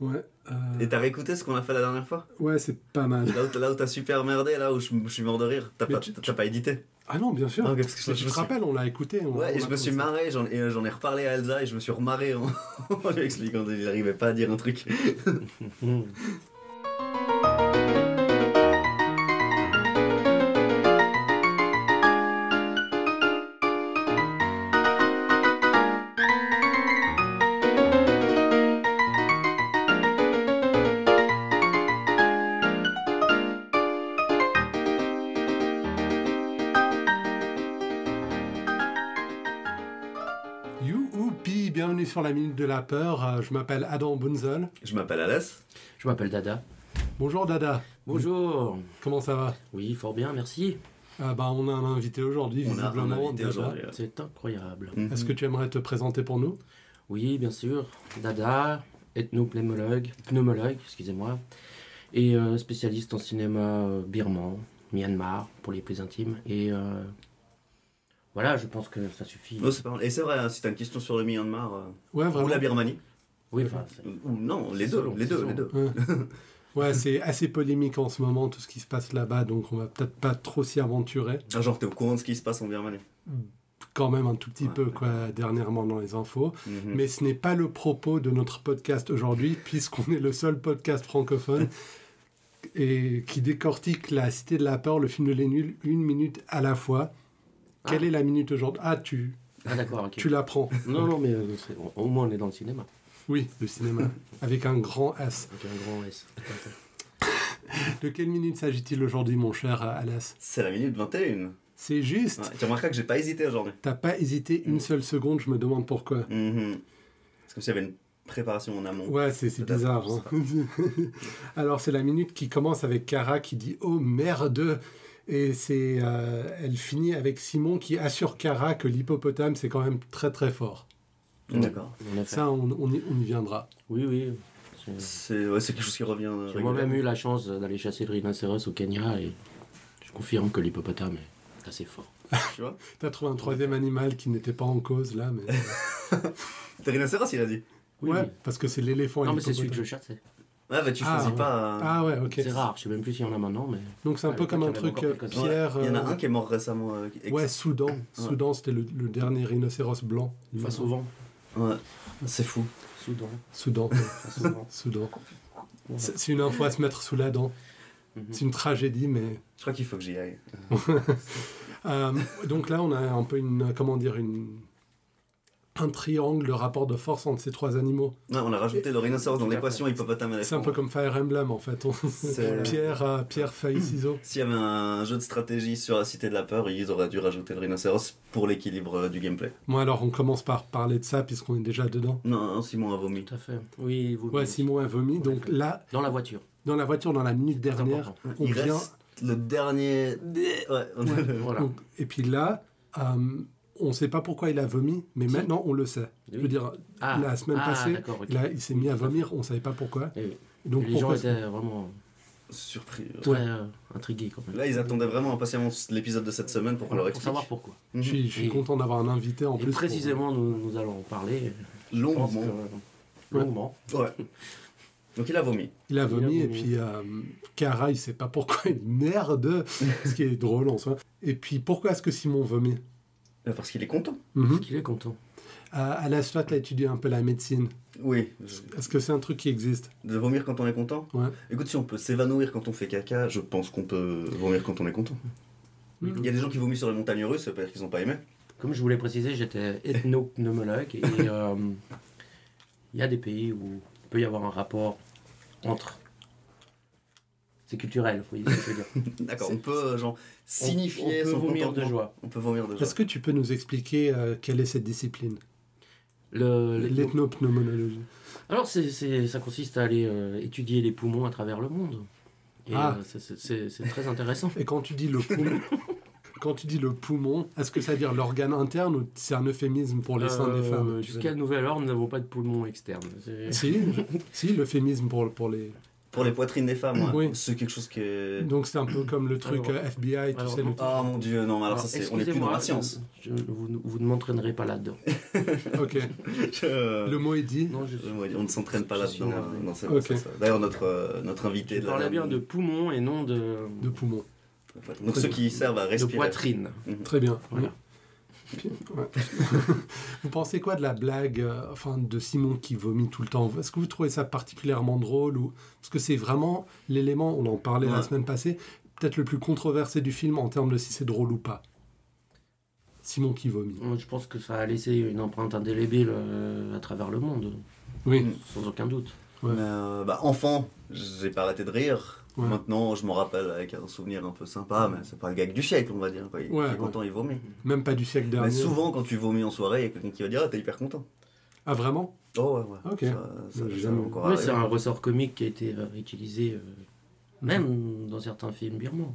Ouais. euh, Et t'as réécouté ce qu'on a fait la dernière fois Ouais, c'est pas mal. Là où t'as- là où t'as super merdé, là où je, m- je suis mort de rire. T'as Mais pas, tu- t'as pas édité. Ah non, bien sûr. Ah, ok, parce que je- Mais je tu me te suis- rappelles, on l'a écouté. on- Ouais, et on je a me trouvé suis ça. marré, j'en et, euh, j'en ai reparlé à Elsa et je me suis remarré en, en lui expliquant qu'il arrivait pas à dire un truc. Youhoupi, bienvenue sur la Minute de la Peur. Euh, Je m'appelle Adam Bunzel. Je m'appelle Alès. Je m'appelle Dada. Bonjour Dada, Bonjour. comment ça va Oui, fort bien, merci. Ah bah, On a un invité aujourd'hui, On a visiblement. un invité Dada. aujourd'hui. C'est incroyable. Mhm. Est-ce que tu aimerais te présenter pour nous Oui, bien sûr. Dada, ethnopneumologue, pneumologue, excusez-moi, et euh, spécialiste en cinéma euh, birman, Myanmar, pour les plus intimes. Et euh, voilà, je pense que ça suffit. Non, c'est pas mal. Et c'est vrai, hein, si t'as une question sur le Myanmar euh, Ouais, vraiment. ou la Birmanie, Oui, enfin, c'est- ou ou non, les C'est deux, selon, les c'est deux, selon. les deux. Ouais, Ouais, c'est assez polémique en ce moment, tout ce qui se passe là-bas, donc on va peut-être pas trop s'y aventurer. Ah, genre, t'es au courant de ce qui se passe en Birmanie. Quand même un tout petit Ouais, peu, ouais. quoi, dernièrement dans les infos. Mm. Mhm. Mais ce n'est pas le propos de notre podcast aujourd'hui, puisqu'on est le seul podcast francophone et qui décortique La Cité de la Peur, le film de Les Nuls, une minute à la fois. Ah. Quelle est la minute aujourd'hui Ah, tu, Ah, d'accord, ok. tu l'apprends. Non, non, mais euh, c'est- au moins on est dans le cinéma, Oui, le cinéma, avec un grand S. avec un grand S. De quelle minute s'agit-il aujourd'hui, mon cher euh, Alas C'est la minute 21. C'est juste Ouais, tu remarqueras que j'ai pas hésité aujourd'hui. T'as pas hésité une Mm. seule seconde, je me demande pourquoi. Mhm. C'est comme s'il y avait une préparation en amont. Ouais, c'est c'est Peut-être, bizarre. je sais hein. Alors, c'est la minute qui commence avec Cara qui dit Oh merde Et c'est, euh, elle finit avec Simon qui assure Cara que l'hippopotame, c'est quand même très très fort. D'accord. En effet. Ça, on, on y, on y viendra. Oui, oui. C'est- C'est ouais, c'est quelque chose qui revient. euh, J'ai moi-même régulièrement. eu la chance d'aller chasser le rhinocéros au Kenya et je confirme que l'hippopotame est assez fort. Tu vois T'as trouvé un troisième animal qui n'était pas en cause là, mais. T'as rhinocéros, il a dit. Oui, ouais, oui. parce que c'est l'éléphant et Non, mais c'est celui que l'hippopotame. je chassais. Ouais, bah tu Ah, choisis ouais. pas. euh, Ah ouais, ok. C'est rare, je sais même plus s'il y en a maintenant, mais. Donc, c'est un Ah, peu le comme mec, un il y en a truc encore euh, quelques-uns. ouais, pierre. Il y en a euh, un qui est mort récemment. euh, ex- Ouais, Soudan. Soudan, c'était le, le dernier rhinocéros blanc. Pas souvent. Ouais. C'est fou. Soudan. Soudan. Pas souvent. Soudan. C'est c'est une info à se mettre sous la dent. Mhm. C'est une tragédie, mais Je crois qu'il faut que j'y aille. euh, donc là, on a un peu une comment dire une un triangle de rapport de force entre ces trois animaux. Ouais, on a rajouté le rhinocéros dans Tout à l'équation hippopotame C'est un éléphant. peu comme Fire Emblem en fait. On- C'est- Pierre, euh, pierre, feuille, Mhm. ciseaux. S'il y avait un jeu de stratégie sur la cité de la peur, ils auraient dû rajouter le rhinocéros pour l'équilibre euh, du gameplay. Bon alors, on commence par parler de ça puisqu'on est déjà dedans. Non, non, Simon a vomi. Tout à fait. Oui, vous. Ouais, Simon a vomi. Donc là, Dans la voiture. dans la voiture, dans la minute C'est dernière, important. on il vient. reste le dernier. Ouais, on a le- Voilà. donc- et puis là, euh, on ne sait pas pourquoi il a vomi, mais Si. maintenant on le sait. Je veux Oui. dire, Ah, la semaine ah, passée, d'accord, ok. il, a- il s'est mis à vomir, on ne savait pas pourquoi. Eh oui. Donc les gens pourquoi étaient vraiment surpris. très euh, intrigués quand même. Là, ils attendaient vraiment impatiemment l'épisode de cette semaine pour qu'on leur Pour explique. savoir pourquoi. je suis, je suis Et- content d'avoir un invité en Et plus. pour- précisément, nous, nous allons en parler. Je pense Mhm. Longuement. que- Longuement. Mmh. Ouais. Donc il a vomi. Il a vomi Il a et vomi. puis euh, Cara, il sait pas pourquoi il merde, ce qui est drôle en soi. Et puis pourquoi est-ce que Simon vomit Euh, Parce qu'il est content. Mhm. Parce qu'il est content. À, à la suite, tu as étudié un peu la médecine. Oui. je- Est-ce que c'est un truc qui existe De vomir quand on est content Ouais. Écoute, si on peut s'évanouir quand on fait caca, je pense qu'on peut vomir quand on est content. Mhm. Il y a des gens qui vomissent sur les montagnes russes, ça veut dire qu'ils n'ont pas aimé. Comme je voulais préciser, j'étais ethnopneumologue et euh, il y a des pays où il peut y avoir un rapport entre. C'est culturel, vous voyez ce que je veux dire. D'accord, C'est- on peut euh, genre On- signifier on, peut son vomir de contentement. joie. On peut vomir de joie. Est-ce que tu peux nous expliquer euh, quelle est cette discipline Euh, Le- l'ethno- L'ethnopneumonologie. Alors, c'est- c'est- ça consiste à aller euh, étudier les poumons à travers le monde. Et Ah. euh, c'est- c'est- c'est c'est très intéressant. Et quand tu dis le poumon, quand tu dis le poumon, est-ce que ça veut dire l'organe interne ou c'est un euphémisme pour les seins des Euh, femmes tu veux Jusqu'à nouvel ordre, nous n'avons pas de poumon externe. C'est- Si, si l'euphémisme pour, pour les, Pour les poitrines des femmes, ouais. Oui. c'est quelque chose que. Donc c'est un peu comme le truc Alors- euh, FBI, tu alors, sais. le non. truc. Oh mon dieu, non, alors, ça c'est. On est plus dans excusez-moi, la science. Je, je- vous, vous ne m'entraînerez pas là-dedans. Ok, Euh, Je- le mot est dit. Euh, Non, je suis. Ouais, On ne s'entraîne pas Je suis là-dedans. navré. euh, dans cette- Ok. c'est ça. D'ailleurs, notre, euh, notre invité. Tu de la parlais bien de poumons et non de, De poumon. Donc ceux qui servent à de respirer. poitrine. Très bien. Voilà. Puis, ouais. vous pensez quoi de la blague euh, enfin, de Simon qui vomit tout le temps Est-ce que vous trouvez ça particulièrement drôle ou... Parce que c'est vraiment l'élément, on en parlait la Ouais. semaine passée, peut-être le plus controversé du film en termes de si c'est drôle ou pas. Simon qui vomit. Moi, je pense que ça a laissé une empreinte indélébile euh, à travers le monde, Oui, Mm. sans aucun doute. Ouais. Mais, euh, bah, enfant, j'ai pas arrêté de rire. Ouais. Maintenant, je m'en rappelle avec un souvenir un peu sympa, mais c'est pas le gag du siècle, on va dire. Quoi. Il Ouais, il est ouais. content, il vomit. même pas du siècle Bah, dernier. Mais souvent, quand tu vomis en soirée, il y a quelqu'un qui va dire Ah, t'es hyper content. Ah, vraiment Oh, ouais, ouais. Ok. Ça, ça, J'ai ça jamais- m'a encore Ouais, arrivé. c'est un ressort comique qui a été euh, utilisé euh, même dans certains films birmans.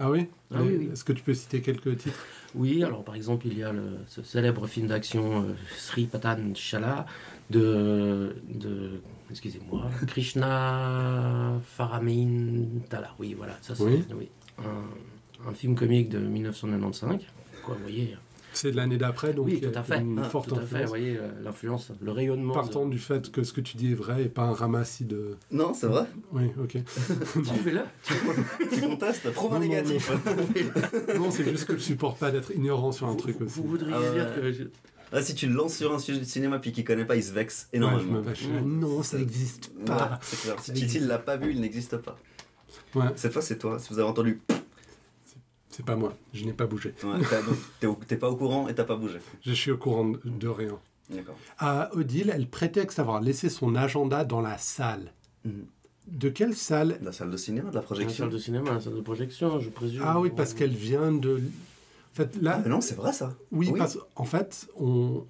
Ah oui, Ah oui, oui. Est-ce que tu peux citer quelques titres Oui, alors par exemple, il y a le, ce célèbre film d'action euh, Sri Patan Shala de, de excusez-moi, Krishna Faramintala. Oui, voilà, ça c'est Oui. oui, un, un film comique de 1995. Quoi, vous voyez C'est de l'année d'après, donc Oui, il y a tout à fait. une Ah, forte Tout à fait, influence. vous voyez euh, l'influence, le rayonnement. de- Partant du fait que ce que tu dis est vrai et pas un ramassis de... Non, c'est vrai. Oui, ok. Ah, Trouvez-le. tu contestes, prouve Non, un non, négatif. Non, c'est juste que je supporte pas d'être ignorant sur un Vous- truc vous, aussi. vous voudriez Ah ouais. dire que. je- Ah, si tu le lances sur un sujet de cinéma puis qu'il connaît pas, il se vexe Ouais, je me énormément. vache. Non, ça n'existe Ouais, pas. c'est clair. Si Ça Titi existe. l'a pas vu, il n'existe pas. Ouais. Cette fois, c'est toi. Si vous avez entendu, C'est pas moi. Je n'ai pas bougé. ouais, t'as- donc, t'es au- t'es pas au courant et t'as pas bougé. Je suis au courant de- de rien. D'accord. À Odile, elle prétexte avoir laissé son agenda dans la salle. Mm. Mhm. De quelle salle La salle de cinéma, de la La projection. salle de cinéma, la salle de projection, je présume. Ah oui, parce qu'elle vient de. En fait, Ah, là, mais non, c'est vrai ça. oui, oui. parce en fait, on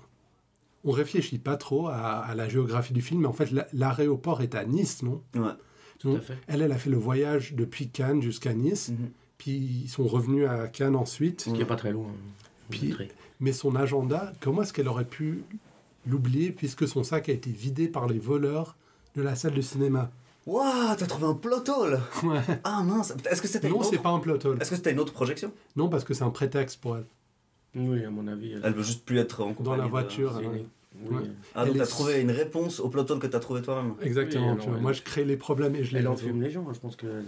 on réfléchit pas trop à, à la géographie du film, mais en fait, la- l'aéroport est à Nice, non Ouais. Tout à fait. Elle, elle a fait le voyage depuis Cannes jusqu'à Nice, Mhm. puis ils sont revenus à Cannes ensuite. Ce qui n'est pas très loin. hein, Puis- Très. Mais son agenda, comment est-ce qu'elle aurait pu l'oublier puisque son sac a été vidé par les voleurs de la salle de cinéma Waouh, t'as trouvé un plot hole Ouais. Ah mince, est-ce que c'était une Non, c'est autre... pas un plot hole. Est-ce que c'était une autre projection Non, parce que c'est un prétexte pour elle. Oui, à mon avis. elle- Elle hein. veut juste plus être en compagnie la de- voiture. euh, c'est- ouais. oui, hein. Ouais. Ah, donc Elle t'as est- trouvé une réponse au plot hole que t'as trouvé toi-même. Exactement. alors, tu vois. elle- Moi, je crée les problèmes et je les Elle en résous. fume les gens, je pense que euh,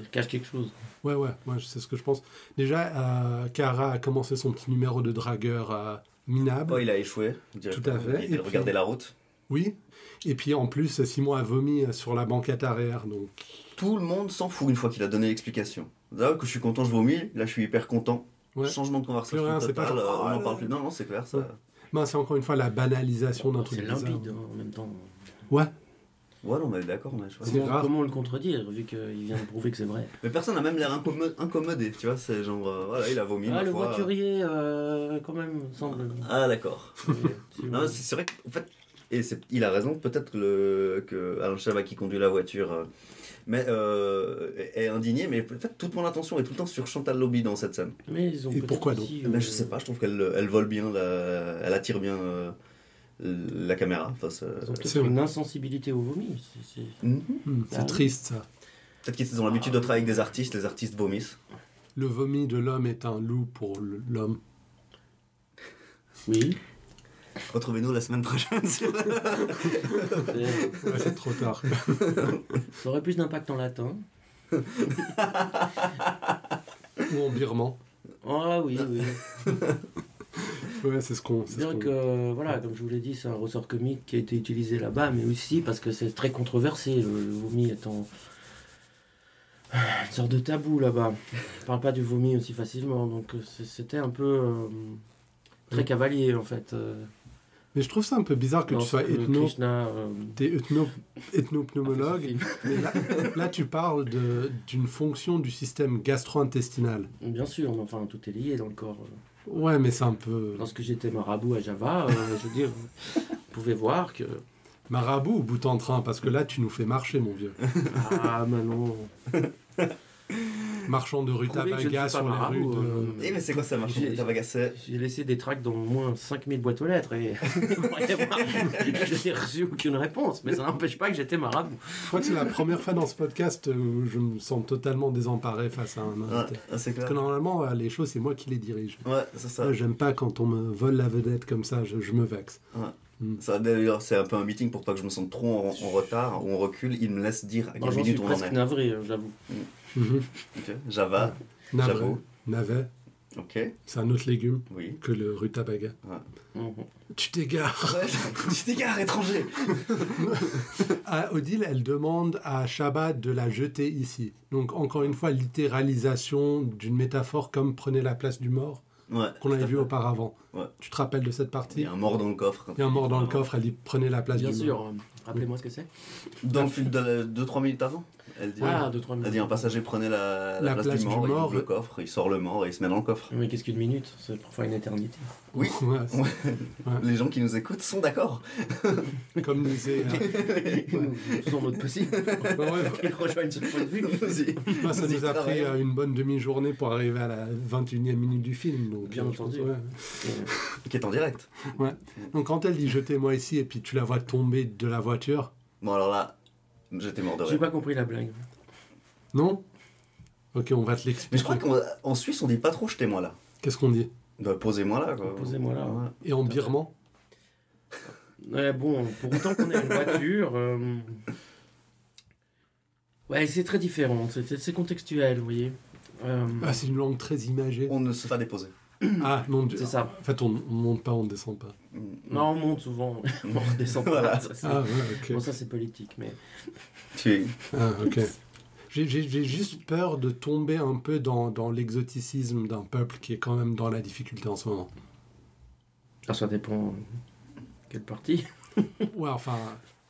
elle cache quelque chose. Ouais, ouais, moi, c'est ce que je pense. Déjà, euh, Cara a commencé son petit numéro de dragueur euh, minable. Oh, il a échoué. directement. Tout à fait. Il Et a regardé puis- la route. Oui. Et puis, en plus, Simon a vomi euh, sur la banquette arrière. Donc, Tout le monde s'en fout une fois qu'il a donné l'explication. Là que je suis content, je vomis. Là, je suis hyper content. Ouais. Changement de conversation Plus rien, c'est totale. pas genre, euh, oh on en là parle là. plus. Non, non, c'est clair ça. Ouais. ben, c'est encore une fois la banalisation d'un truc C'est bizarre. limpide hein, en même temps. Ouais. Ouais, non, mais d'accord, on a échoué. C'est Comment, rare. comment le contredire vu qu'il vient de prouver que c'est vrai Mais personne n'a même l'air incommo- incommodé. Tu vois, c'est genre, euh, voilà, il a vomi. Ah, ma le foi. voiturier, euh, quand même, semble. Ah, d'accord. Oui, si Non, vous- c'est c'est vrai qu'en fait, et c'est- il a raison, peut-être que le- que Alain Chabat qui conduit la voiture euh, mais, euh, est est indigné, mais en fait, toute mon attention est tout le temps sur Chantal Lobby dans cette scène. Mais ils ont Et peut-être pourquoi aussi, Mais euh, je sais pas, je trouve qu'elle elle vole bien, la- elle attire bien euh, la caméra. Enfin, c'est- Ils ont peut-être C'est vrai. une insensibilité au vomi. c'est- c'est- Mhm. Hmm, c'est Ah oui. triste, ça. Peut-être qu'ils ont l'habitude de travailler avec des artistes, les artistes vomissent. Le vomi de l'homme est un loup pour l- l'homme. Oui. Retrouvez-nous la semaine prochaine. sur- c'est- Ouais, c'est trop tard. Ça aurait plus d'impact en latin. Ou en birman. Ah oui, oui. Ouais, c'est ce qu'on. c'est ce qu'on- Donc euh, voilà, comme je vous l'ai dit, c'est un ressort comique qui a été utilisé là-bas, mais aussi parce que c'est très controversé, le, le vomi étant une sorte de tabou là-bas. On parle pas du vomi aussi facilement, donc euh, c'est- c'était un peu euh, très cavalier en fait. euh, Mais je trouve ça un peu bizarre Ah, que tu lorsque sois ethno. Krishna, euh, T'es ethno, a fait ethnopneumologue. ce film. Mais là, Ah, là, tu parles de- d'une fonction du système gastro-intestinal. Bien sûr, mais enfin tout est lié dans le corps. Ouais, mais c'est un peu. Lorsque j'étais marabout à Java, euh, je veux dire, vous pouvez voir que Marabout ou bout en train, parce que là, tu nous fais marcher, mon vieux. Ah, Manon. marchand de Prouvez que je ne rutabaga suis pas sur la marabout, rue de... euh, Eh, mais c'est quoi ça, marche J'ai- Tabagassais J'ai laissé des tracts dans au moins 5000 boîtes aux lettres et je n'ai reçu aucune réponse, mais ça n'empêche pas que j'étais marabout. Je crois que c'est la première fois dans ce podcast où je me sens totalement désemparé face à un invité. Ouais, ah, c'est Parce clair. que normalement, euh, les choses, c'est moi qui les dirige. Ouais, c'est ça. Moi, J'aime pas quand on me vole la vedette comme ça, je, je me vexe. Ça, D'ailleurs, c'est un peu un meeting pour pas que je me sente trop en, en retard ou en recul. Il me laisse dire à quelle Bon, J'en suis minute on en presque est. navré, euh, j'avoue. Mhm. Ok, Java, Navet, J'avoue. navet, ok, c'est un autre légume oui. que le rutabaga. Mhm. Tu t'égares. tu t'égares, étranger Ah, Odile, elle demande à Shabbat de la jeter ici. Donc, encore une fois, littéralisation d'une métaphore comme prenez la place du mort Ouais. qu'on avait vu auparavant. Ouais. Tu te rappelles de cette Il partie y a un mort dans le coffre. Il y a un mort dans le coffre, elle dit prenez la place Bien du mort. sûr, euh, rappelez-moi ce que c'est. Dans le film de 2-3 minutes avant, elle dit. Ah, 2-3 Elle dit un minutes. passager prenait la, la place, du mort, il ouvre le coffre, il sort le mort et il se met dans le coffre. Mais qu'est-ce qu'une minute C'est parfois une éternité. Oui. Ouais, c'est- Les gens qui nous écoutent sont d'accord. comme disait. euh, Sans mode possible. bah ouais, Ils rejoignent ce point de vue. Vas-y. bah, ça Vous y nous a pris travaillez. euh, une bonne demi-journée pour arriver à la 21e minute du film. Donc, Bien euh, je pense, entendu. ouais. qui est en direct. Donc, quand elle dit jetez-moi ici et puis tu la vois tomber de la voiture, Bon, alors là, j'étais mort de J'ai rire. pas compris la blague. non Ok, on va te l'expliquer. Mais je crois qu'en Suisse, on dit pas trop jetez-moi là. Qu'est-ce qu'on dit Bah, posez-moi là, quoi. Posez-moi là. Ouais. Et en birman Ouais, bon, pour autant qu'on ait une voiture. euh, Ouais, c'est très différent. C'est- C'est c'est contextuel, vous voyez. Euh, Ah, c'est une langue très imagée. On ne se fait pas déposer. Ah, non, du- c'est ça. En fait, on ne monte pas, on ne descend pas. Mm. Non, on monte souvent, on redescend pas. Voilà. Ça, c'est- Ah, ouais, Bon, ok. ça c'est politique, mais. Mm. Tu- Ah, ok. J'ai- J'ai j'ai juste peur de tomber un peu dans, dans l'exoticisme d'un peuple qui est quand même dans la difficulté en ce moment. Ah, ça dépend euh, quelle partie. Ouais, enfin,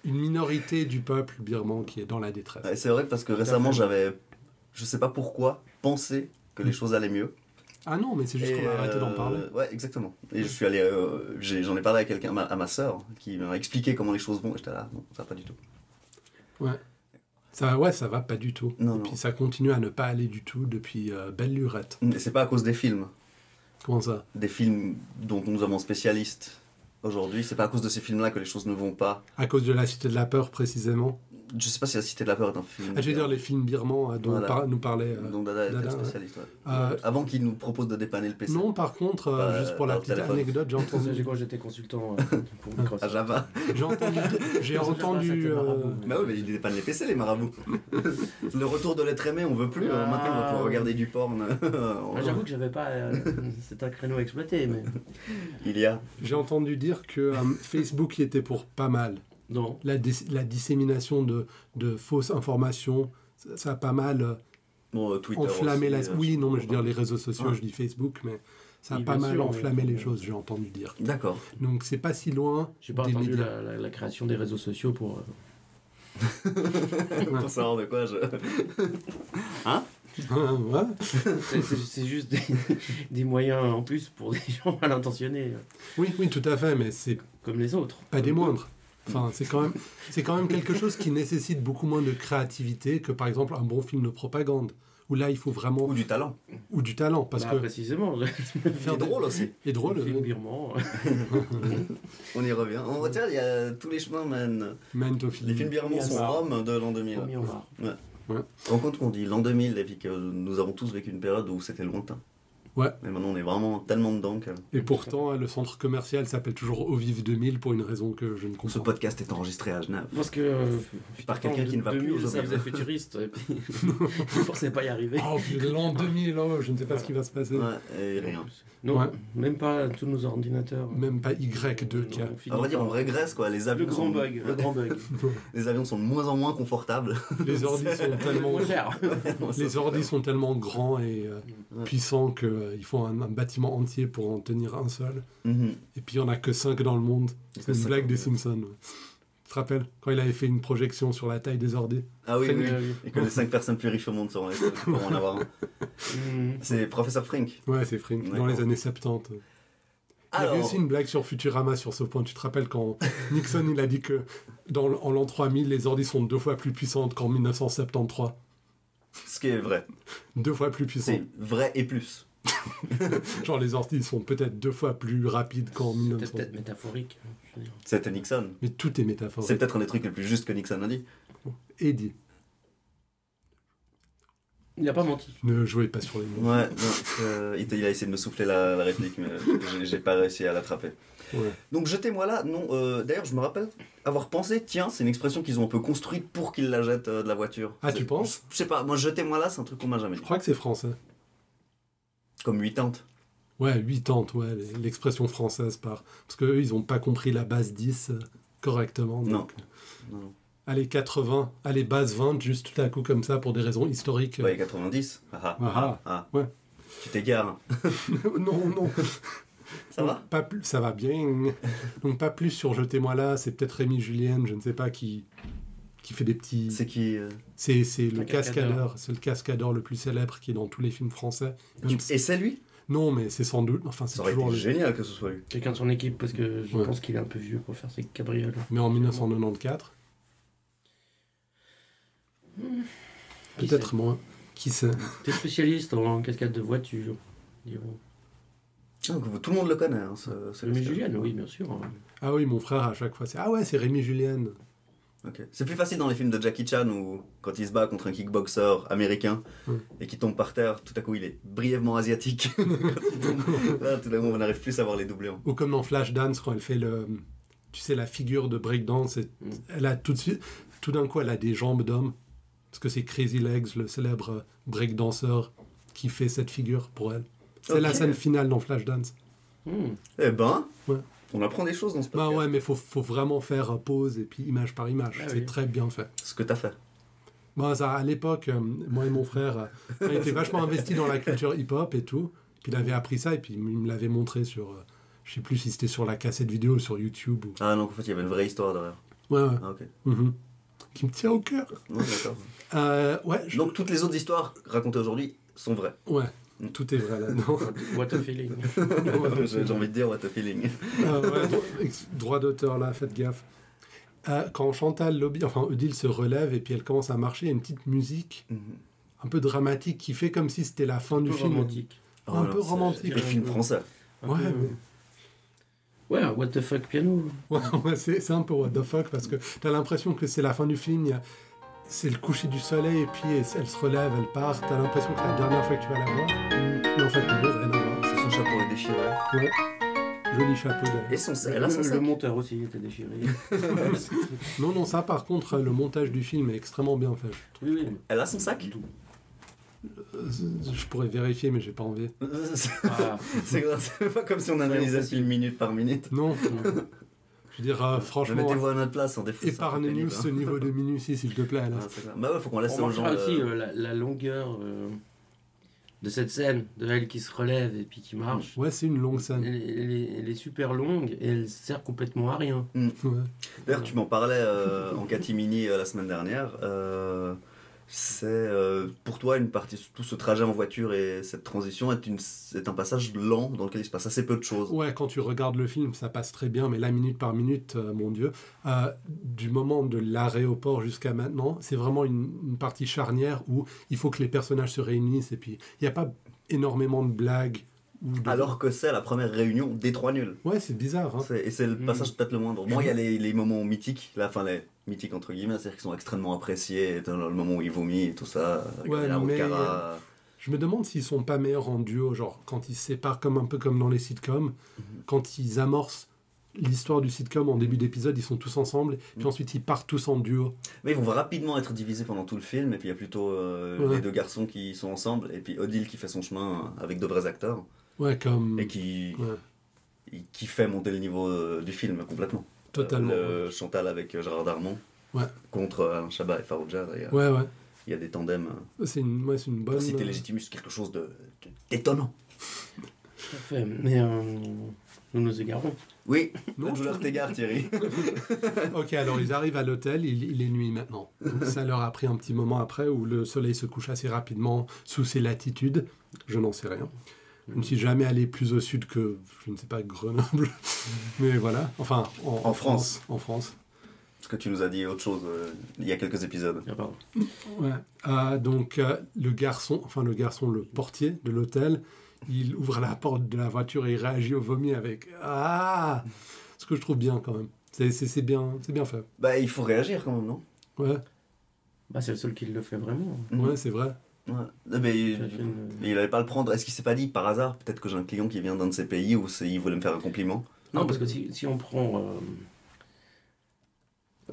une minorité du peuple birman qui est dans la détresse. Ouais, c'est vrai parce que récemment, j'avais, je sais pas pourquoi, pensé que les choses allaient mieux. Ah non, mais Mm. c'est juste Et, qu'on a arrêté d'en euh, parler. Ouais, exactement. Et je suis allé, euh, j'ai- j'en ai parlé à quelqu'un, à ma- à ma sœur, qui m'a expliqué comment les choses vont. Et J'étais là, non, ça va pas du tout. Ça, ouais, ça va pas du tout. Non, Et non. puis ça continue à ne pas aller du tout depuis euh, belle lurette. Mais Mm. c'est pas à cause des films. Comment ça Des films dont nous avons spécialiste aujourd'hui, c'est pas à cause de ces films-là que les choses ne vont pas. À cause de la cité de la peur, précisément. Je sais pas si La Cité de la Peur est un film. Ah, je veux dire, les films birmans euh, dont Voilà. par- nous parlait. euh, dont Dada était Dada, ouais. spécialiste. ouais. euh, Avant qu'il nous propose de dépanner le PC. Non, par contre, euh, Pas, juste pour la par petite téléphone. anecdote, j'ai Parce que j'ai- entendu. Quand j'étais consultant euh, pour Microsoft. À Java. J'ai entendu. Ah. J'ai Parce que Java, entendu. c'était euh, marabout. Bah oui, mais ils dépannent les PC, les marabouts. le retour de l'être aimé, on veut plus. hein. Ah. Maintenant, on va pouvoir regarder du porn. Ah, J'avoue que j'avais pas. euh, c'est un créneau exploité, mais. Il y a. J'ai entendu dire que euh, Facebook y était pour pas mal. Non. La, dis- la dissémination de, de fausses informations, ça, ça a pas mal euh, Bon, euh, Twitter. enflammé aussi, la. euh, Oui, non, mais je veux dire les réseaux sociaux, Ouais. je dis Facebook, mais ça a Oui, pas bien mal sûr, mais- enflammé les choses, j'ai entendu dire. D'accord. Donc c'est pas si loin. J'ai pas des entendu médias. la, la- la création des réseaux sociaux pour. euh, Pour savoir de quoi je. Ah, ouais. c'est- c'est c'est juste des, des moyens en plus pour des gens mal intentionnés, euh, Oui, oui, tout à fait, mais c'est comme les autres. pas des moindres. Enfin, c'est quand même, c'est quand même quelque chose qui nécessite beaucoup moins de créativité que par exemple un bon film de propagande. Où là, il faut vraiment Ou du talent. ou du talent parce Bah, que précisément. C'est drôle aussi. c'est drôle. Le film euh, birman. On y revient. On retient, il y a tous les chemins, man. Mento film. Les films birmans Myanmar. sont Rome de l'an euh, 2000. au Myanmar. Tu te rends compte qu'on dit l'an 2000 et puis que nous avons tous vécu une période où c'était lointain. Ouais. Mais maintenant on est vraiment tellement dedans que Et pourtant, le centre commercial s'appelle toujours Au Vive 2000 pour une raison que je ne ce comprends pas. podcast est enregistré à Genève. Parce que. euh, Par quelqu'un en qui ne va plus 2000, ça aujourd'hui. hein. faisait futuriste, et puis je pensais pas y arriver. Oh, puis l'an 2000, oh, je ne sais pas ce qui va se passer. Ouais, et rien. Non, Ouais. même pas tous nos ordinateurs. Même pas Non, Y2K. on finit À vrai dire, par- on régresse quoi. Les Le avions, grand sont- bug. Le grand bug. les avions sont de moins en moins confortables. Les ordis sont tellement, Moins cher. les ordis sont tellement grands et euh, Ouais. puissants qu'il faut un, un bâtiment entier pour en tenir un seul. Mhm. Et puis, il n'y en a que 5 dans le monde. C'est une blague des Simpsons. ouais. Tu te rappelles quand il avait fait une projection sur la taille des ordis Ah oui, Très oui. nul. Euh, Et que les 5 personnes plus riches au monde seront les seules pour en avoir un. hum, C'est professeur Frink. Ouais, c'est Frink, dans D'accord. les années 70. Il y avait Alors, aussi une blague sur Futurama sur ce point. Tu te rappelles quand Nixon il a dit que dans l- en l'an 3000 les ordi sont deux fois plus puissantes qu'en 1973. Ce qui est vrai. Deux fois plus puissant. C'est vrai et plus. Genre les orties sont peut-être deux fois plus rapides qu'en C'était 1900. peut-être métaphorique. je veux dire. C'était Nixon. Mais tout est métaphorique. C'est peut-être un des trucs les plus justes que Nixon a dit. Eddie, Il n'a pas menti. ne jouez pas sur les mots. Ouais, non, euh, il, il a essayé de me souffler la, la réplique, mais euh, j'ai- j'ai pas réussi à l'attraper. Ouais. Donc jetez-moi là, non. euh, D'ailleurs, je me rappelle avoir pensé, tiens, c'est une expression qu'ils ont un peu construite pour qu'ils la jettent euh, de la voiture. Ah, tu C'est- penses Je sais pas, moi jetez-moi là, c'est un truc qu'on m'a jamais Je dit. crois que c'est français. Comme 80. Ouais, 80, ouais, les- l'expression française par. Parce qu'eux, ils n'ont pas compris la base 10 euh, correctement. Non. donc, euh, Non. Allez, 80, allez, base 20, juste tout à coup comme ça pour des raisons historiques. Ouais, 90. Ah, ah, Ah, ah. ouais. Tu t'égares. hein. non, non. Ça va Donc, pas plus, Ça va bien. Donc, pas plus sur Jetez-moi là, c'est peut-être Rémi Julien, je ne sais pas qui qui fait des petits. C'est qui euh, C'est c'est le Un cascadeur. cascadeur, c'est le cascadeur le plus célèbre qui est dans tous les films français. Même si- Et c'est lui Non, mais c'est sans doute. Enfin, c'est Ça aurait toujours été le. génial que ce soit lui. Quelqu'un de son équipe, parce que je Ouais. pense qu'il est un peu vieux pour faire ses cabrioles. Mais en 1994, Qui peut-être moins. Qui sait sait T'es spécialiste en cascade de voiture. disons. Ah, Donc, tout le monde le connaît. Hein, ce- ce- Mais ce- Julien, oui, bien sûr. hein. Ah oui, mon frère, à chaque fois, c'est Ah ouais, c'est Rémi Julien. Ok. C'est plus facile dans les films de Jackie Chan où quand il se bat contre un kickboxer américain Mm. et qu'il tombe par terre, tout à coup il est brièvement asiatique. Quand il tombe, là, tout d'un coup on n'arrive plus à voir les doublés. Ou comme dans Flashdance, quand elle fait le. Tu sais, la figure de breakdance, et- Mm. elle a tout de suite. Tout d'un coup, elle a des jambes d'homme. Parce que c'est Crazy Legs, le célèbre breakdanceur, qui fait cette figure pour elle. C'est la Ok. scène finale dans Flashdance. Hmm. Eh ben, Ouais. on apprend des choses dans ce Bah podcast. ouais, mais faut, faut vraiment faire euh, pause et puis image par image. Ah c'est oui. très bien fait. Ce que t'as fait. Bon, ça, à l'époque, euh, moi et mon frère, euh, on était vachement investis dans la culture hip-hop et tout. Puis il avait appris ça et puis il me l'avait montré sur. euh, je sais plus si c'était sur la cassette vidéo ou sur YouTube. Ou... Ah non, en fait il y avait une vraie histoire derrière. Ouais, ouais. Ah ok. Mhm. Qui me tient au cœur. Non, d'accord. Euh, ouais, je- Donc toutes les autres histoires racontées aujourd'hui sont vraies. ouais, Mm. tout est vrai là-dedans. What a feeling. J'ai envie de dire what a feeling. Euh, ouais, dro- ex- droit d'auteur là, faites gaffe. Euh, quand Chantal Lobby, enfin Odile se relève et puis elle commence à marcher, il y a une petite musique Mhm. un peu dramatique qui fait comme si c'était la fin Un du peu film. romantique. Un peu Oh c'est- romantique. hein. Les films français. Un Ouais, peu- euh, Ouais, un what the fuck piano. Ouais, ouais, c'est c'est un peu what the fuck parce que t'as l'impression que c'est la fin du film, il y a- c'est le coucher du soleil et puis elle, elle se relève, elle part, t'as l'impression que c'est la dernière fois que tu vas la voir. Mais en fait, non, rien à voir. Son chapeau est déchiré. Joli chapeau d'ailleurs. Et son sac. Le, Elle a son le- le sac. monteur aussi était déchiré. oui, Non, non, ça par contre, le montage du film est extrêmement bien fait. oui. Elle a son sac. Euh, Je pourrais vérifier, mais j'ai pas envie. Ah, C'est grave, c'est pas comme si on analysait ce film minute par minute. Non, je veux dire, euh, Mais franchement, mettez-vous à notre place, en défaut. c'est un peu épargne-nous pénible, hein. ce niveau de minutie, s'il te plaît. Là. Ah, c'est clair. Bah ouais, faut qu'on laisse on aux gens. remarquera euh, aussi euh, la, la longueur euh, de cette scène, de elle qui se relève et puis qui marche. Ouais, c'est une longue Elle, scène. elle est, elle est super longue et elle sert complètement à rien. Ouais. D'ailleurs, tu m'en parlais euh, en catimini euh, la semaine dernière. Euh, c'est euh, pour toi une partie, tout ce trajet en voiture et cette transition est, une, est un passage lent dans lequel il se passe assez peu de choses. Ouais, quand tu regardes le film, ça passe très bien, mais là, minute par minute, euh, mon Dieu, euh, du moment de l'aéroport jusqu'à maintenant, c'est vraiment une, une partie charnière où il faut que les personnages se réunissent et puis il n'y a pas énormément de blagues. Ou de... Alors que c'est la première réunion des trois nuls. Ouais, c'est bizarre. Hein. C'est- Et c'est le Mm. passage peut-être le moindre. Bon, il y a les, les moments mythiques, là, enfin les mythiques entre guillemets, c'est-à-dire qu'ils sont extrêmement appréciés, et dans le moment où il vomit et tout ça, regarder la route mais- Cara. Je me demande s'ils sont pas meilleurs en duo, genre quand ils se séparent comme un peu comme dans les sitcoms, Mhm. quand ils amorcent l'histoire du sitcom en début d'épisode, ils sont tous ensemble, puis Mhm. ensuite ils partent tous en duo. Mais ils vont rapidement être divisés pendant tout le film, et puis il y a plutôt euh, Ouais. les deux garçons qui sont ensemble, et puis Odile qui fait son chemin euh, avec de vrais acteurs, Ouais, comme et qui, Mm. Ouais. et qui fait monter le niveau euh, du film complètement. totalement. Euh, le Chantal avec euh, Gérard Darmon, Ouais. contre euh, Alain Chabat et Faroujah, il y a- Ouais, ouais. il y a des tandems. euh, C'est une, ouais, c'est une bonne. euh, Pour citer Legitimus, quelque chose de- de- d'étonnant. Tout à fait. Mais euh, nous nous égarons. Oui, Non, la je douleur trouve- t'égare Thierry. Ok, alors ils arrivent à l'hôtel, il, il est nuit maintenant. Donc, ça leur a pris un petit moment après où le soleil se couche assez rapidement sous ces latitudes. Je n'en sais rien. Je ne suis jamais allé plus au sud que, je ne sais pas, Grenoble. Mais voilà, enfin, en, En France. En France. Parce que tu nous as dit autre chose euh, il y a quelques épisodes. Ah, pardon. Ouais. Euh, donc euh, le garçon, enfin le garçon, le portier de l'hôtel, il ouvre la porte de la voiture et il réagit au vomi avec ah, ce que je trouve bien quand même. C'est- C'est c'est bien, c'est bien fait. Bah, il faut réagir quand même, non Ouais, Bah, c'est le seul qui le fait vraiment. hein. ouais, c'est vrai. Ouais. Non, Mais Ça fait il, une- mais il allait pas le prendre. Est-ce qu'il s'est pas dit par hasard Peut-être que j'ai un client qui vient d'un de ces pays où c'est- il voulait me faire un compliment. Non, parce que si, si on prend euh,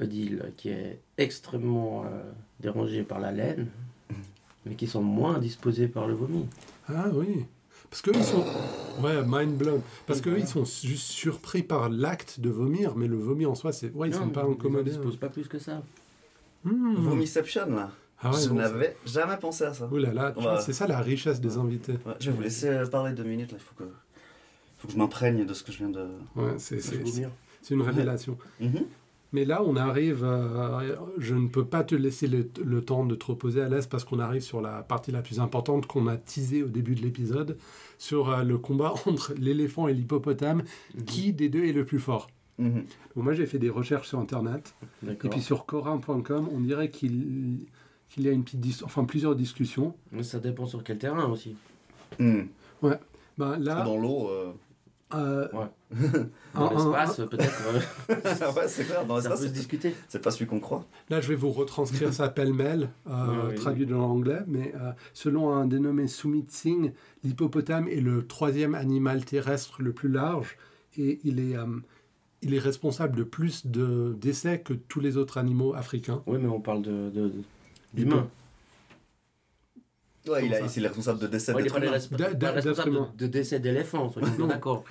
Odile, qui est extrêmement euh, dérangée par la laine, mais qui sont moins disposés par le vomi. Ah oui. Parce que eux, ils sont. Ouais, mind blown. Parce que eux, ils sont juste surpris par l'acte de vomir, mais le vomi en hein. soi, c'est. Ouais, Ah, ils Non, sont pas les gens incommodés. disposent pas plus que ça. Hmm. Mhm. Vomiception, là. Ah ouais, je non, ça- n'avais jamais pensé à ça. Ouh là là, tu Ouais. vois, c'est ça la richesse des invités. Ouais, je vais vous laisser euh, parler deux minutes. Là. Il faut que, faut que je m'imprègne de ce que je viens de. Ouais, c'est Je c'est- vous mire. c'est une révélation. Mhm. Mais là, on arrive. euh, je ne peux pas te laisser le, le temps de te reposer à l'aise parce qu'on arrive sur la partie la plus importante qu'on a teasée au début de l'épisode, sur euh, le combat entre l'éléphant et l'hippopotame. Qui des deux est le plus fort Mhm. Donc, Moi, j'ai fait des recherches sur Internet. Et D'accord. puis sur corin.com, on dirait qu'il qu'il y a une petite dis- enfin, plusieurs discussions. Mais ça dépend sur quel terrain aussi. Mhm. Ben, Parce que là, Dans l'eau. euh, euh, Dans Un- l'espace, peut-être, euh, ouais, c'est clair. Dans Oh, l'espace, ça peut se c'est- discuter. c'est pas celui qu'on croit. Là, je vais vous retranscrire ça pêle-mêle, euh, Ouais, ouais, traduit de l'anglais, mais euh, selon un dénommé Sumit Singh, l'hippopotame est le troisième animal terrestre le plus large et il est, euh, il est responsable de plus de décès que tous les autres animaux africains. Oui, mais on parle de, de, de- d'humains. Ouais, il, a, Comment ça il est responsable de décès Ouais, il est d'êtres pas le humains. resp- D'a- d'a- pas responsable d'être humain. de, de décès d'éléphants, soyons bien Non. d'accord.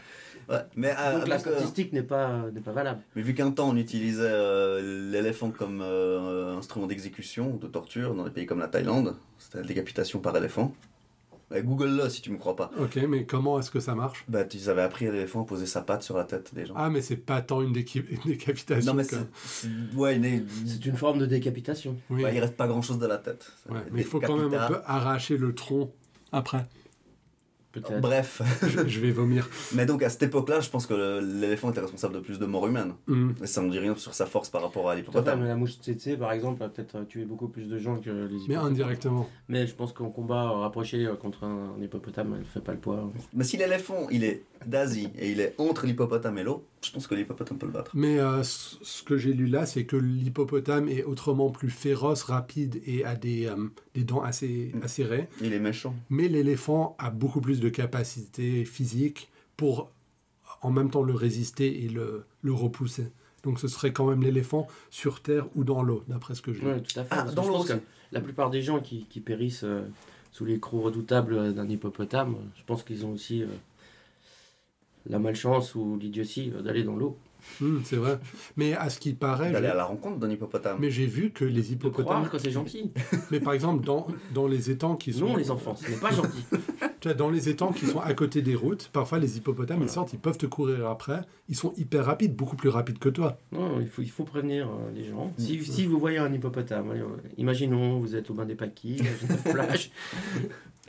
Ouais, Mais, euh, Donc la donc, euh, statistique n'est pas, n'est pas valable. mais vu qu'un temps on utilisait euh, l'éléphant comme euh, instrument d'exécution ou de torture dans des pays comme la Thaïlande, c'était la décapitation par éléphant. Ouais, Google-le si tu me crois pas. Ok, mais comment est-ce que ça marche Bah, tu ils avaient appris à l'éléphant à poser sa patte sur la tête des gens. Ah, mais c'est pas tant une, déqui- une décapitation. non, mais que- c'est. c'est- Ouais, il, est- C'est une forme de décapitation. Oui. ouais, il reste pas grand chose de la tête. Ça Ouais, fait mais il Euh, des faut quand même un peu capitales. arracher le tronc après. Peut-être. Bref, je, je vais vomir. mais donc à cette époque-là, je pense que le- l'éléphant était responsable de plus de morts humaines. Hmm. Et ça ne dit rien sur sa force par rapport à Tout à fait, l'hippopotame. mais la mouche tsetse, par exemple, a peut-être euh, tué beaucoup plus de gens que les Mais hippopotames. indirectement. Mais je pense qu'en combat euh, rapproché euh, contre un, un hippopotame, elle fait pas le poids. hein. Mais si l'éléphant, il est d'Asie et il est entre l'hippopotame et l'eau, je pense que l'hippopotame peut le battre. Mais euh, ce ce que j'ai lu là, c'est que l'hippopotame est autrement plus féroce, rapide et a des, euh, des dents assez Mm. acérées. Il est méchant. Mais l'éléphant a beaucoup plus de capacités physiques pour en même temps le résister et le, le repousser. Donc ce serait quand même l'éléphant sur terre ou dans l'eau, d'après ce que j'ai lu. Oui, tout à fait. Ah, parce que dans je l'eau pense que aussi. la plupart des gens qui, qui périssent euh, sous les crocs redoutables euh, d'un hippopotame, euh, je pense qu'ils ont aussi euh, la malchance ou l'idiotie euh, d'aller dans l'eau. Mm, c'est vrai. Mais à ce qui paraît, D'aller j'ai- à la rencontre d'un hippopotame. mais j'ai vu que les De croire hippopotames, que c'est gentil. mais par exemple dans, dans les étangs qui sont Non, les enfants, ce n'est pas gentil. Tu vois, dans les étangs qui sont à côté des routes, parfois les hippopotames, ils sortent, ils peuvent te courir après. Ils sont hyper rapides, beaucoup plus rapides que toi. Non, il faut, il faut prévenir euh, les gens. Si, si vous voyez un hippopotame, allez, euh, imaginons, vous êtes au bain des paquis, à la plage,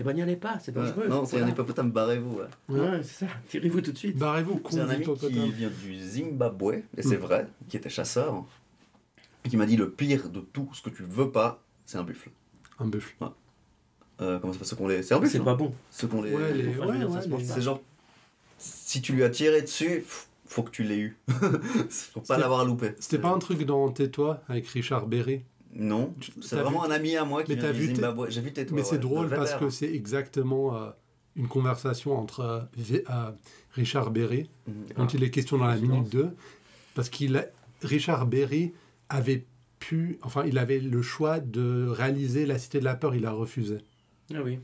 eh ben n'y allez pas, c'est Ouais, dangereux. non, c'est Voilà. un hippopotame, barrez-vous. ouais. Ouais, c'est ça, tirez-vous tout de suite. Barrez-vous J'ai contre un les ami qui hippopotames. vient du Zimbabwe, et Hmm. c'est vrai, qui était chasseur, et qui m'a dit le pire de tout ce que tu veux pas, c'est un buffle. Un buffle. Euh, comment ça s'appelle ceux qu'on les. C'est un buffle C'est hein pas bon. Ceux qu'on les. Ouais, les- Enfin, je veux ouais, dire, ça ouais, se mange les- pas. C'est genre. Si tu lui as tiré dessus, f- faut que tu l'aies eu. faut pas C'était- l'avoir loupé. Euh, C'était pas un truc dans Tais-toi avec Richard Berry. Non, c'est t'as vraiment un ami à moi qui Mais vient t'as du vu tes- Zimbabwe. J'ai vu tes Mais c'est drôle parce que c'est exactement euh, une conversation entre euh, V- euh, Richard Berry, dont il est question dans la minute 2, parce qu'il a- Richard Berry avait pu, enfin, il avait le choix de réaliser La Cité de la Peur, il a refusé. Ah oui.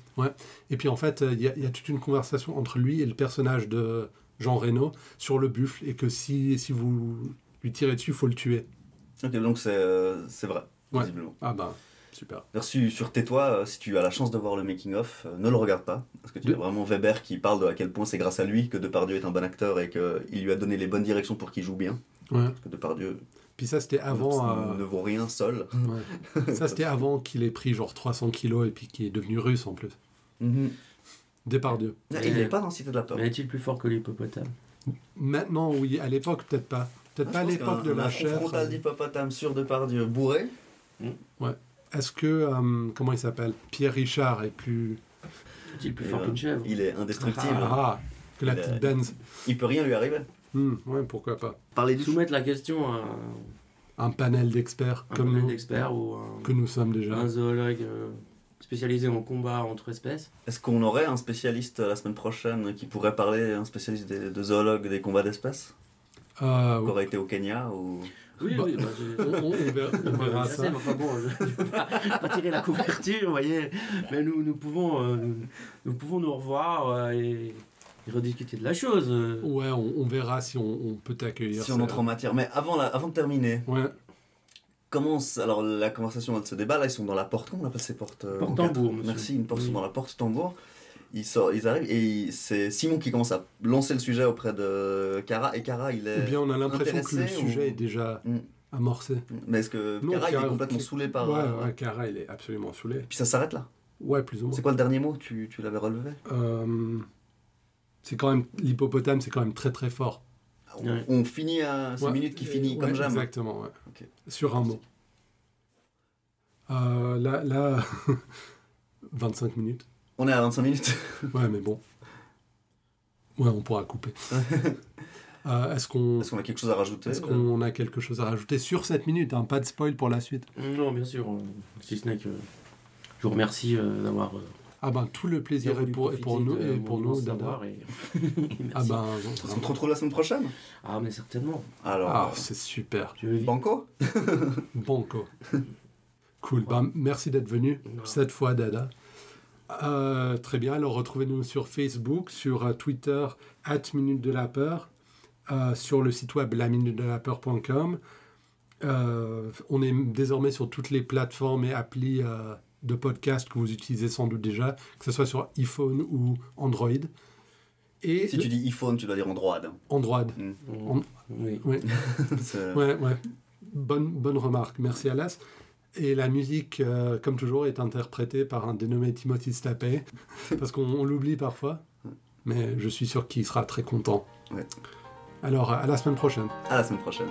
Et puis en fait, euh, il y, a- il y a toute une conversation entre lui et le personnage de Jean Reno sur le buffle et que si, si vous lui tirez dessus, faut le tuer. Ok, donc c'est euh, c'est vrai, Ouais. visiblement. Ah ben, super. Reçu sur Tais-toi, euh, si tu as la chance de voir le making-of, euh, ne le regarde pas. Parce que tu De- as vraiment Weber qui parle de à quel point c'est grâce à lui que Depardieu est un bon acteur et qu'il lui a donné les bonnes directions pour qu'il joue bien. Ouais. Parce que Depardieu Puis ça, c'était avant, ne, euh, ne vaut rien seul. ouais. ça, c'était avant qu'il ait pris genre 300 kilos et puis qu'il est devenu russe en plus. Mhm. Dépardieu. Il n'est pas dans Cité de la Peur. Mais est-il plus fort que l'hippopotame Maintenant, oui, à l'époque, peut-être pas. Ah, Peut-être pas à l'époque de la euh. chèvre. Frontal d'hippopotame sur Depardieu, bourré. Est-ce que, euh, comment il s'appelle Pierre Richard est plus. Est-il plus Et, fort euh, qu'une chèvre Il est indestructible. Ah, que la Il a- petite Benz. Il peut rien lui arriver. Hmm, ouais, pourquoi pas. Parler du Soumettre la question à Un panel d'experts un comme panel nous, d'experts ou un, que nous sommes déjà. un zoologue euh, spécialisé en combat entre espèces. Est-ce qu'on aurait un spécialiste euh, la semaine prochaine qui pourrait parler, un spécialiste des- de zoologue des combats d'espèces Ah, Euh, Qui aurait été au Kenya ou... Oui, Bah, oui, bah, j'ai- on, on- on verra, on Bah, verra je sais, ça. mais enfin bon, je ne vais pas, pas tirer la couverture, vous voyez. Mais nous, nous, pouvons, euh, nous, nous pouvons nous revoir euh, et, et rediscuter de la chose. euh. Ouais, on, on verra si on, on peut t'accueillir. Si on c'est- euh, entre en matière. Mais avant, la- avant de terminer, Ouais, comment on s- alors la conversation de ce débat là, ils sont dans la porte. Comment on appelle ces portes euh, Porte en quatre- tambour, monsieur. Merci, une porte Oui. sont dans la porte tambour. Ils, sortent, ils arrivent et ils- c'est Simon qui commence à lancer le sujet auprès de Cara. Et Cara, il est. Ou bien on a l'impression que le Intéressé ou- sujet est déjà Mm. amorcé. Mais est-ce que Non, Cara, il Cara, est complètement ok. saoulé par. ouais, euh, ouais, Cara, il est absolument saoulé. Puis ça s'arrête là. Ouais, plus ou moins. C'est quoi le dernier mot Tu, tu l'avais relevé Euh, c'est quand même l'hippopotame, c'est quand même très très fort. on, Ouais. on finit à. C'est Ouais, une minute qui et- finit comme ouais, jamais. Exactement, ouais. Ok. Sur un mot. Euh, là, là 25 minutes. On est à 25 minutes. Ouais, mais bon. Ouais, on pourra couper. Euh, Est-ce qu'on Est-ce qu'on a quelque chose à rajouter Euh, est-ce qu'on a quelque chose à rajouter sur cette minute hein, Pas de spoil pour la suite. Non, bien sûr. euh, si ce n'est que je vous remercie euh, d'avoir. euh, Ah ben, tout le plaisir est voulu pour, est pour nous, profiter de et pour mon nous immense d'avoir. savoir et- Ah Merci. ben, Est-ce qu'on te retrouve la semaine prochaine Ah, mais certainement. Alors, ah, c'est super. Je vais vite. Banco Banco. Cool. Ben, merci d'être venu. Cette fois, Dada. Euh, très bien. Alors, retrouvez-nous sur Facebook, sur euh, Twitter, at Minute de la Peur, euh, sur le site web laminutedelaPeur.com. Euh, on est désormais sur toutes les plateformes et applis euh, de podcast que vous utilisez sans doute déjà, que ce soit sur iPhone ou Android. Et Si tu dis iPhone, tu dois dire Android. Android. On- Oui. Oui. C'est- Ouais, ouais. Bonne, bonne remarque. Merci, Alas. Et la musique, euh, comme toujours, est interprétée par un dénommé Timothy Stapé, parce qu'on on l'oublie parfois, mais je suis sûr qu'il sera très content. Ouais. Alors, à la semaine prochaine. À la semaine prochaine.